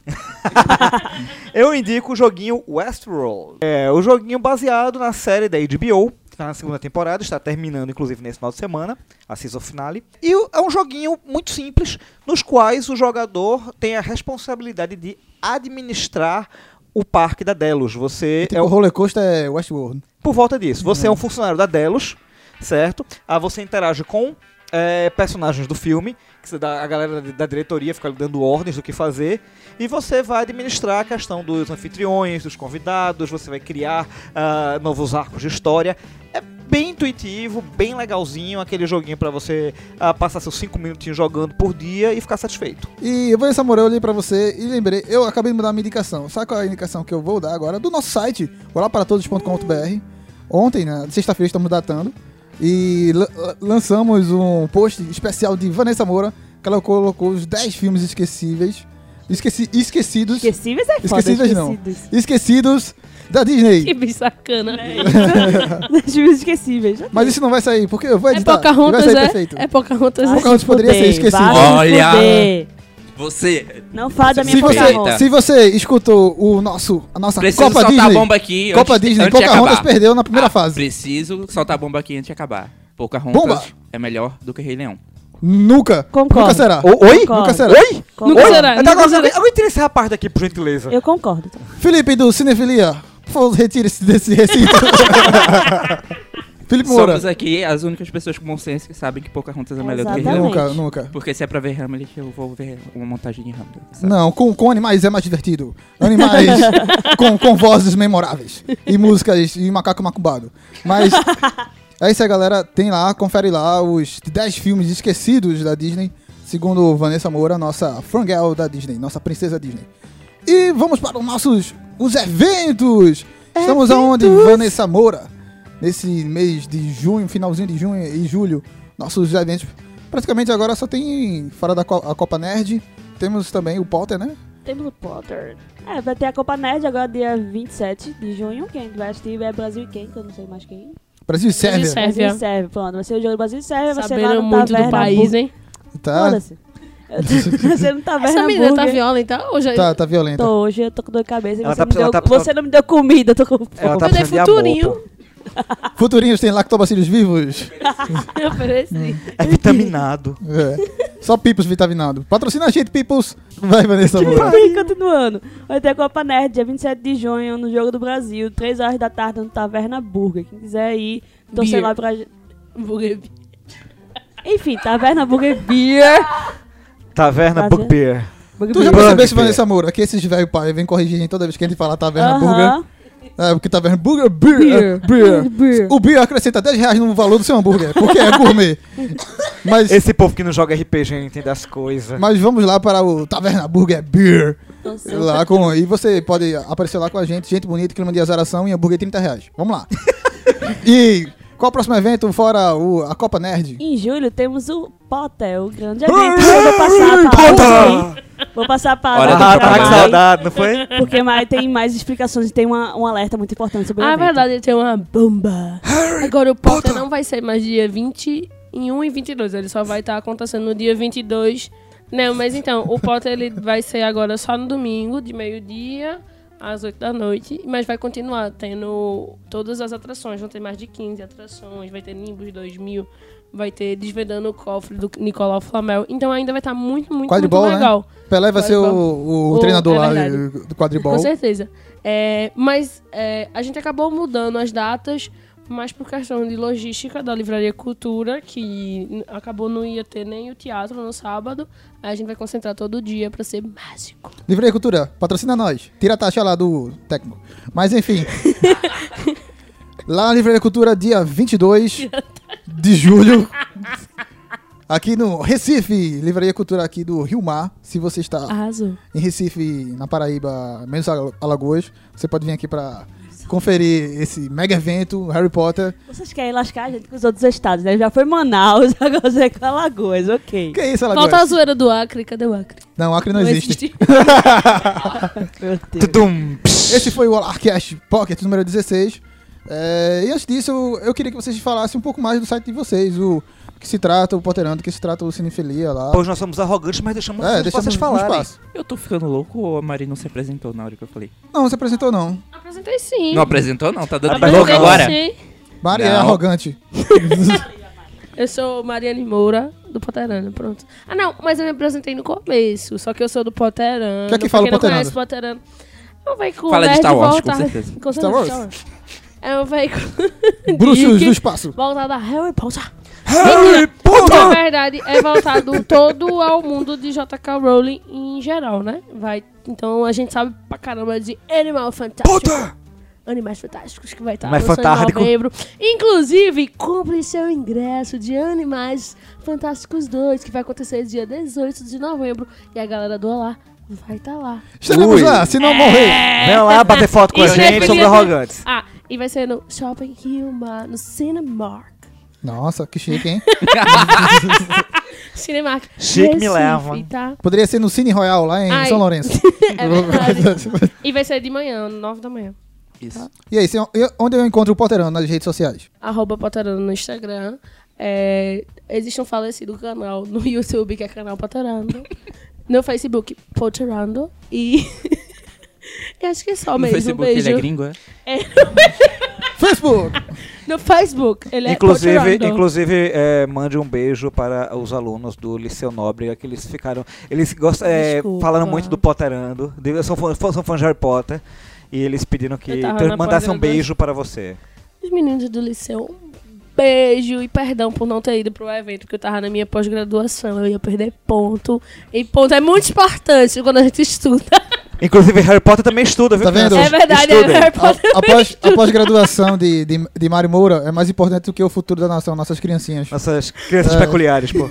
S3: Eu indico o joguinho Westworld. É o joguinho baseado na série da HBO, que está na segunda temporada, está terminando inclusive nesse final de semana, a season finale. E o- é um joguinho muito simples, nos quais o jogador tem a responsabilidade de administrar o parque da Delos. Você
S2: Tipo,
S3: é
S2: o
S3: o-
S2: roller coaster é Westworld.
S3: por volta disso. Você é um funcionário da Delos, certo? Ah, você interage com eh, personagens do filme, que você dá- a galera da- da diretoria fica lhe dando ordens do que fazer, e você vai administrar a questão dos anfitriões, dos convidados, você vai criar ah, novos arcos de história. É bem intuitivo, bem legalzinho, aquele joguinho pra você ah, passar seus 5 minutinhos jogando por dia e ficar satisfeito.
S2: E eu vou essa moral ali pra você. E lembrei, eu acabei de mudar a minha indicação. Sabe qual é a indicação que eu vou dar agora? Do nosso site, olaparatodos.com.br. Ontem, na sexta-feira, estamos datando. E la- la- lançamos um post especial de Vanessa Moura, que ela colocou os 10 filmes esquecíveis. Esqueci, esquecidos.
S5: Esquecíveis é foda.
S2: Esquecíveis não.
S5: esquecidos.
S2: Esquecidos da
S4: Que
S2: Disney.
S4: bicho sacana.
S5: É. Dos filmes esquecíveis.
S2: Mas isso não vai sair, porque eu vou
S4: É
S2: editar. e tá. vai
S4: Pocahontas,
S2: sair
S4: é?
S2: perfeito.
S4: É
S5: Vai
S4: Pocahontas, é?
S5: se
S2: Pocahontas poderia
S5: fuder,
S2: ser esquecido.
S5: vai se
S6: Olha!
S5: fuder.
S6: Você
S5: Não fala da minha
S2: Se você,
S5: Pocahontas.
S2: se você escutou o nosso, a nossa
S6: precisa
S2: Tá, Copa
S6: soltar
S2: Disney,
S6: a bomba aqui.
S2: Copa
S6: antes,
S2: Disney,
S6: antes de
S2: Pocahontas
S6: acabar.
S2: perdeu na primeira
S6: Ah,
S2: fase.
S6: Preciso soltar a bomba aqui antes de acabar. Pocahontas
S2: Bomba!
S6: é melhor do que Rei Leão.
S2: Nunca.
S5: Concordo.
S2: Nunca será.
S3: O- oi?
S5: Concordo.
S2: Nunca será.
S3: Oi?
S5: Concordo.
S4: Nunca será.
S3: Tá,
S4: nunca
S3: agora,
S4: será.
S3: alguém- alguém tira essa parte aqui, por gentileza.
S5: Eu concordo.
S2: Felipe do Cinefilia, por favor, retire-se desse recinto. Felipe Moura.
S6: Somos aqui as únicas pessoas com bom senso que sabem que Pocahontas é melhor do que Rei Leão.
S5: Exatamente.
S2: Nunca, nunca.
S6: Porque se é pra ver Hamlet, eu vou ver uma montagem de Hamlet. sabe?
S2: Não, com, com animais é mais divertido. Animais com, com vozes memoráveis. E músicas e macaco macumbado. Mas é isso aí, galera. Tem lá, confere lá os 10 filmes esquecidos da Disney. Segundo Vanessa Moura, nossa fangirl da Disney, nossa princesa Disney. E vamos para os nossos os eventos. Estamos aonde, Vanessa Moura? Nesse mês de junho, finalzinho de junho e julho, nossos eventos. Praticamente agora só tem fora da Co- a Copa Nerd. Temos também o Potter, né?
S4: Temos o Potter.
S5: É, vai ter a Copa Nerd agora dia 27 de junho. Quem vai assistir é Brasil e quem, que eu não sei mais quem.
S2: Brasil e Sérvia.
S4: Sérvia.
S5: Brasil e Sérvia, pronto. Vai ser o jogo do Brasil e Sérvia, vai ser lá
S4: Sabendo
S5: no
S4: muito do
S5: Taverna
S4: país,
S5: Bur-
S4: hein?
S2: Tá,
S5: Foda-se. Vai ser no Taverna
S4: Essa menina tá
S5: Burger.
S4: violenta. Ou já...
S2: tá, tá violenta.
S5: Tô, hoje eu tô com dor de cabeça. e
S3: Ela
S5: Você,
S3: tá
S5: não,
S3: precisando-
S5: deu,
S3: ela tá
S5: você não me deu comida, eu tô com
S3: Ela
S5: fome.
S3: tá
S4: Mas é
S3: precisando de amor, pô.
S4: futurinho.
S2: Futurinhos tem lactobacilos vivos.
S4: Eu ofereci.
S2: Hum.
S3: É vitaminado.
S2: É. Só Pipos vitaminado. Patrocina a gente, Pipos. Vai, Vanessa Moura.
S5: E continuando, vai ter a Copa Nerd dia 27 de junho no Jogo do Brasil, 3 horas da tarde no Taverna Burger. Quem quiser ir, torcer
S4: Beer.
S5: lá pra gente.
S4: Burger.
S5: Enfim, Taverna Burger Beer.
S3: Taverna
S5: Prazer.
S3: Book Beer.
S5: Burger
S2: Tu já
S5: Beer.
S2: percebeste, Vanessa Moura, que esses velho pai vem corrigir a gente toda vez que a gente fala Taverna Burger.
S5: Aham.
S2: É, porque Taverna Burger, beer,
S5: Beer.
S2: beer.
S5: Beer.
S2: O beer acrescenta 10 reais no valor do seu hambúrguer, porque é gourmet. Mas,
S3: Esse povo que não joga RPG não entende as coisas.
S2: mas vamos lá para o Taverna Burger Beer.
S5: Então, sim.
S4: tá
S2: Lá com, e você pode aparecer lá com a gente, gente bonita, clima de azaração e hambúrguer 30 reais. Vamos lá. e qual o próximo evento fora o, a Copa Nerd?
S5: Em julho temos o Potter, o grande evento. Eu vou passar a palavra. Vou passar a
S6: Olha,
S5: palavra
S6: tá
S3: Ah,
S5: pra
S3: tá que
S6: trabalho.
S5: Mai,
S3: saudade, não foi?
S5: porque Mai tem mais explicações e tem uma, um alerta muito importante sobre o
S4: Ah, é
S5: evento.
S4: verdade, ele tem uma bomba. Agora o Potter não vai ser mais dia 21 e 22, ele só vai estar acontecendo no dia 22. Não, mas então, o Potter ele vai ser agora só no domingo, de meio-dia às 8 da noite, mas vai continuar tendo todas as atrações, vão ter mais de 15 atrações, vai ter Nimbus 2000, vai ter Desvendando o Cofre do Nicolau Flamel, então ainda vai estar muito, muito,
S2: Quadribol, né?
S4: muito legal.
S2: Pelé vai ser o, o
S4: O-
S2: treinador
S4: é
S2: lá
S4: verdade.
S2: eh, do quadribol.
S4: Com certeza. É, mas é, a gente acabou mudando as datas mas por questão de logística da Livraria Cultura, que n- acabou não ia ter nem o teatro no sábado, aí a gente vai concentrar todo dia pra ser mágico.
S2: Livraria Cultura, patrocina nós. Tira a taxa lá do técnico. Mas enfim. lá na Livraria Cultura, dia 22 de julho. Aqui no Recife, Livraria Cultura aqui do Rio Mar. Se você está
S5: Arrasou.
S2: em Recife, na Paraíba, menos Ala- Alagoas, você pode vir aqui para conferir esse mega evento, Harry Potter.
S5: Vocês querem lascar a gente com os outros estados, né? Já foi Manaus, agora você é com Alagoas, ok.
S2: Que é isso, Alagoas?
S4: Volta a zoeira do Acre, cadê o Acre?
S2: Não, Acre não, existe.
S5: Meu Deus.
S2: Esse foi o Alarcast Pocket número 16. É, e antes disso, eu- eu queria que vocês falassem um pouco mais do site de vocês, o que se trata o Potterando, o que se trata o Cinefilia lá.
S8: Pois nós somos arrogantes, mas deixamos
S2: é,
S8: vocês
S2: deixa
S8: vocês
S2: um, um
S8: falarem.
S2: espaço.
S6: Eu tô ficando louco ou a Mari não se apresentou na hora que eu falei?
S2: Não, você apresentou não.
S4: Apresentei sim.
S6: Não apresentou, não? Tá dando
S4: Apresentei
S6: louco agora?
S4: sim.
S2: Mari é
S6: Não.
S2: arrogante.
S4: Eu sou Mariane Moura, do Poterana, pronto. Ah, não, mas eu me apresentei no começo, só que eu sou do Poterana.
S2: Quem é que fala
S4: pra quem não
S2: Poterana?
S4: conhece Poterana. É um veículo
S6: Fala de
S4: nerd
S6: Star Wars, com
S4: voltado-
S6: certeza.
S4: com
S2: Star Wars?
S4: Wars. É um veículo
S2: Bruxos
S4: Geek.
S2: do espaço.
S4: voltado a Harry Potter. Harry Potter!
S8: Então,
S4: Na verdade, é voltado todo ao mundo de J.K. Rowling em geral, né? Vai, então a gente sabe pra caramba de Animal Fantástico. Animais Fantásticos que vai tá estar
S8: Animais
S4: lançando
S8: Fantástico.
S4: em novembro. Inclusive, compre seu ingresso de Animais Fantásticos 2, que vai acontecer dia 18 de novembro. E a galera do Olá vai estar lá.
S2: Estaremos
S8: Ui.
S2: lá, se não morrer.
S8: Vem lá bater foto com a
S4: Isso é
S8: gente, somos
S4: bonito.
S8: arrogantes.
S4: Ah, e vai ser no Shopping Hilma, no Cinemark.
S2: Nossa, que chique, hein?
S4: Cinemark.
S8: Chique me
S4: Recife,
S8: leva.
S4: Tá?
S2: Poderia ser no Cine Royal, lá em
S4: Ai.
S2: São Lourenço.
S4: É verdade. E vai ser de manhã, 9 da manhã.
S6: Isso.
S2: e aí, se- eu- onde eu encontro o Potterando nas redes sociais?
S4: Arroba Potarano no Instagram. É, existe um falecido canal no YouTube, que é canal Potarando. No Facebook, Potarando. E... e acho que é só
S6: No
S4: mesmo.
S6: Facebook
S4: beijo.
S6: ele é gringo, é?
S2: Facebook!
S4: No Facebook, ele é
S8: Inclusive,
S4: Potarando.
S8: inclusive é, mande um beijo para os alunos do Liceu Nóbrega, que eles ficaram. Eles gostam, é,
S4: Desculpa.
S8: falaram muito do Potterando, de- são, fã- fã- são fãs de Harry Potter, e eles pediram que
S4: Eu tava
S8: te-
S4: na
S8: mandasse um
S4: pós-graduação.
S8: beijo para você.
S4: Os meninos do liceu, um beijo e perdão por não ter ido pro evento, porque eu tava na minha pós-graduação. Eu ia perder ponto. E ponto é muito importante quando a gente estuda.
S8: Inclusive, Harry Potter também estuda, viu?
S2: Tá vendo?
S4: É verdade,
S8: Estudem.
S4: é Harry
S2: A-
S4: Potter.
S2: Após a pós-graduação de, de, de Mário Moura é mais importante do que o futuro da nação, nossas criancinhas.
S8: Nossas crianças
S2: É.
S8: peculiares, pô.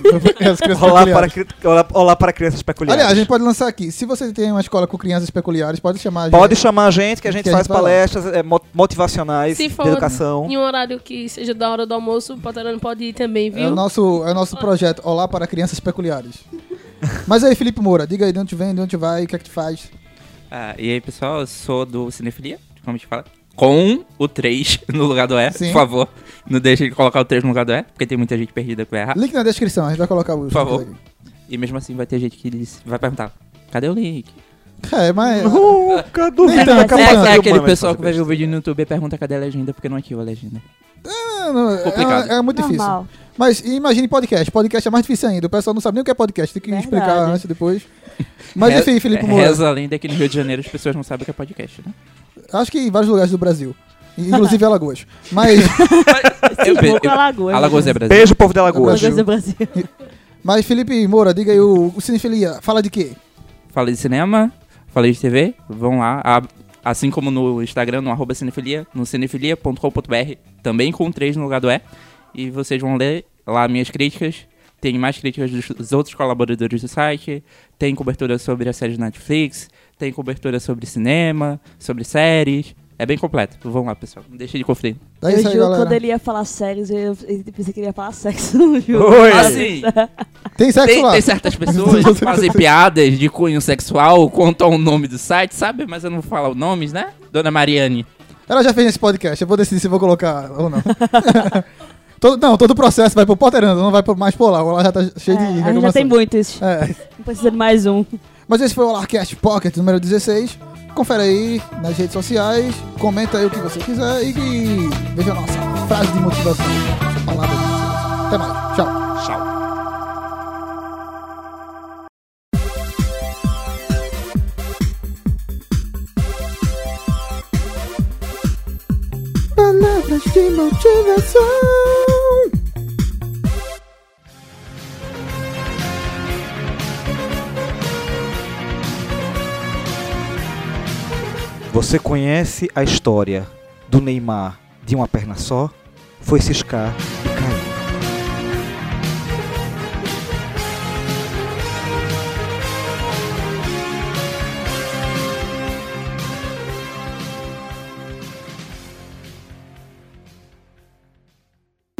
S2: As crianças
S8: Olá para,
S2: peculiares.
S8: cri- olá, olá para crianças peculiares.
S2: Aliás, a gente pode lançar aqui. Se você tem uma escola com crianças peculiares, pode chamar a gente.
S8: Pode chamar a gente, que a gente
S2: Que a
S8: faz
S2: gente vai lá.
S8: palestras é, mo- motivacionais
S4: Se
S8: de
S4: for
S8: educação.
S4: em um horário que seja da hora do almoço, o Potarano pode ir também,
S2: É o
S4: viu?
S2: nosso, é o nosso projeto, Olá para Crianças Peculiares. Mas aí, Felipe Moura, diga aí de onde tu vem, de onde tu vai, o que é que tu faz.
S6: Ah, e aí, pessoal, eu sou do Cinefilia, como a gente fala. Com o 3 no lugar do E,
S2: Sim.
S6: por favor. Não deixe de colocar o 3 no lugar do E, porque tem muita gente perdida que vai errar.
S2: Link na descrição, a gente vai colocar o...
S6: Ah. Por favor. E mesmo assim vai ter gente que diz- vai perguntar, cadê o link?
S2: É, mas...
S8: Nunca duvido.
S2: Então,
S8: que
S2: Tá
S6: É,
S2: bom,
S8: capaz-
S6: é
S8: que
S6: aquele
S8: humano
S6: pessoal
S8: fazer
S6: que vai ver
S8: besteira.
S6: o vídeo no YouTube e pergunta cadê a legenda, porque não ativou a legenda.
S2: não, não, é-
S6: Complicado.
S2: É, muito difícil.
S5: Normal.
S2: Mas imagine podcast. Podcast é mais difícil ainda. O pessoal não sabe nem o que é podcast. Tem que
S5: Verdade.
S2: explicar antes, depois. Mas
S6: Re- é
S2: enfim, Felipe Moura.
S6: Reza além que no Rio de Janeiro as pessoas não sabem o que é podcast, né?
S2: Acho que em vários lugares do Brasil. Inclusive Alagoas. Mas,
S6: Eu-
S5: Cismou com
S6: eu-
S5: Alagoas. né?
S6: Alagoas é Brasil.
S8: Beijo, povo de Alagoas.
S5: Alagoas é Brasil.
S2: mas Felipe Moura, diga aí o, o Cinefilia. Fala de quê?
S6: Falei de cinema, falei de TV, vão lá. a- assim como no Instagram, no arroba cinefilia, no cinefilia.com.br, também com três no lugar do E. E vocês vão ler lá minhas críticas. Tem mais críticas dos, dos outros colaboradores do site. Tem cobertura sobre a série da Netflix. Tem cobertura sobre cinema, sobre séries. É bem completo. Vão lá, pessoal. Não deixa de conferir.
S2: É
S5: eu
S2: isso aí,
S5: juro,
S2: galera.
S5: quando ele ia falar sérios, eu, eu pensei que ele ia falar sexo no jogo.
S8: Oi.
S6: Assim,
S2: Tem sexo
S6: tem,
S2: lá.
S6: tem certas pessoas que fazem piadas de cunho sexual, contam o nome do site, sabe? Mas eu não vou falar os nomes, né? Dona Mariane.
S2: Ela já fez esse podcast. Eu vou decidir se vou colocar ou não. todo, não, todo o processo vai pro Potterando, não vai pro- mais por lá. Ela já tá cheia de
S5: É, a gente já tem
S2: reclamação.
S5: muitos.
S2: É.
S5: Não precisa de mais um.
S2: Mas esse foi o Alarcast Pocket número 16. Confere aí nas redes sociais, comenta aí o que você quiser e que- veja a nossa frase de motivação. Essa palavra de motivação. Até mais. Tchau.
S1: Banana.
S9: palavras de motivação.
S3: Você conhece a história do Neymar de uma perna só? Foi ciscar e caiu.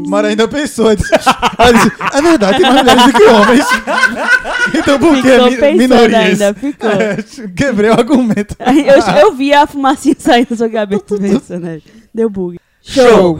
S2: Mara ainda pensou. Ela disse, é verdade, tem mais mulheres do que homens. Então por que
S5: Ficou
S2: mi-
S5: pensando
S2: minorias?
S5: ainda, ficou.
S2: É, quebrei o argumento.
S5: Aí Eu, eu vi a fumacinha saindo da sua cabeça, pensando, né? Deu bug.
S2: Show!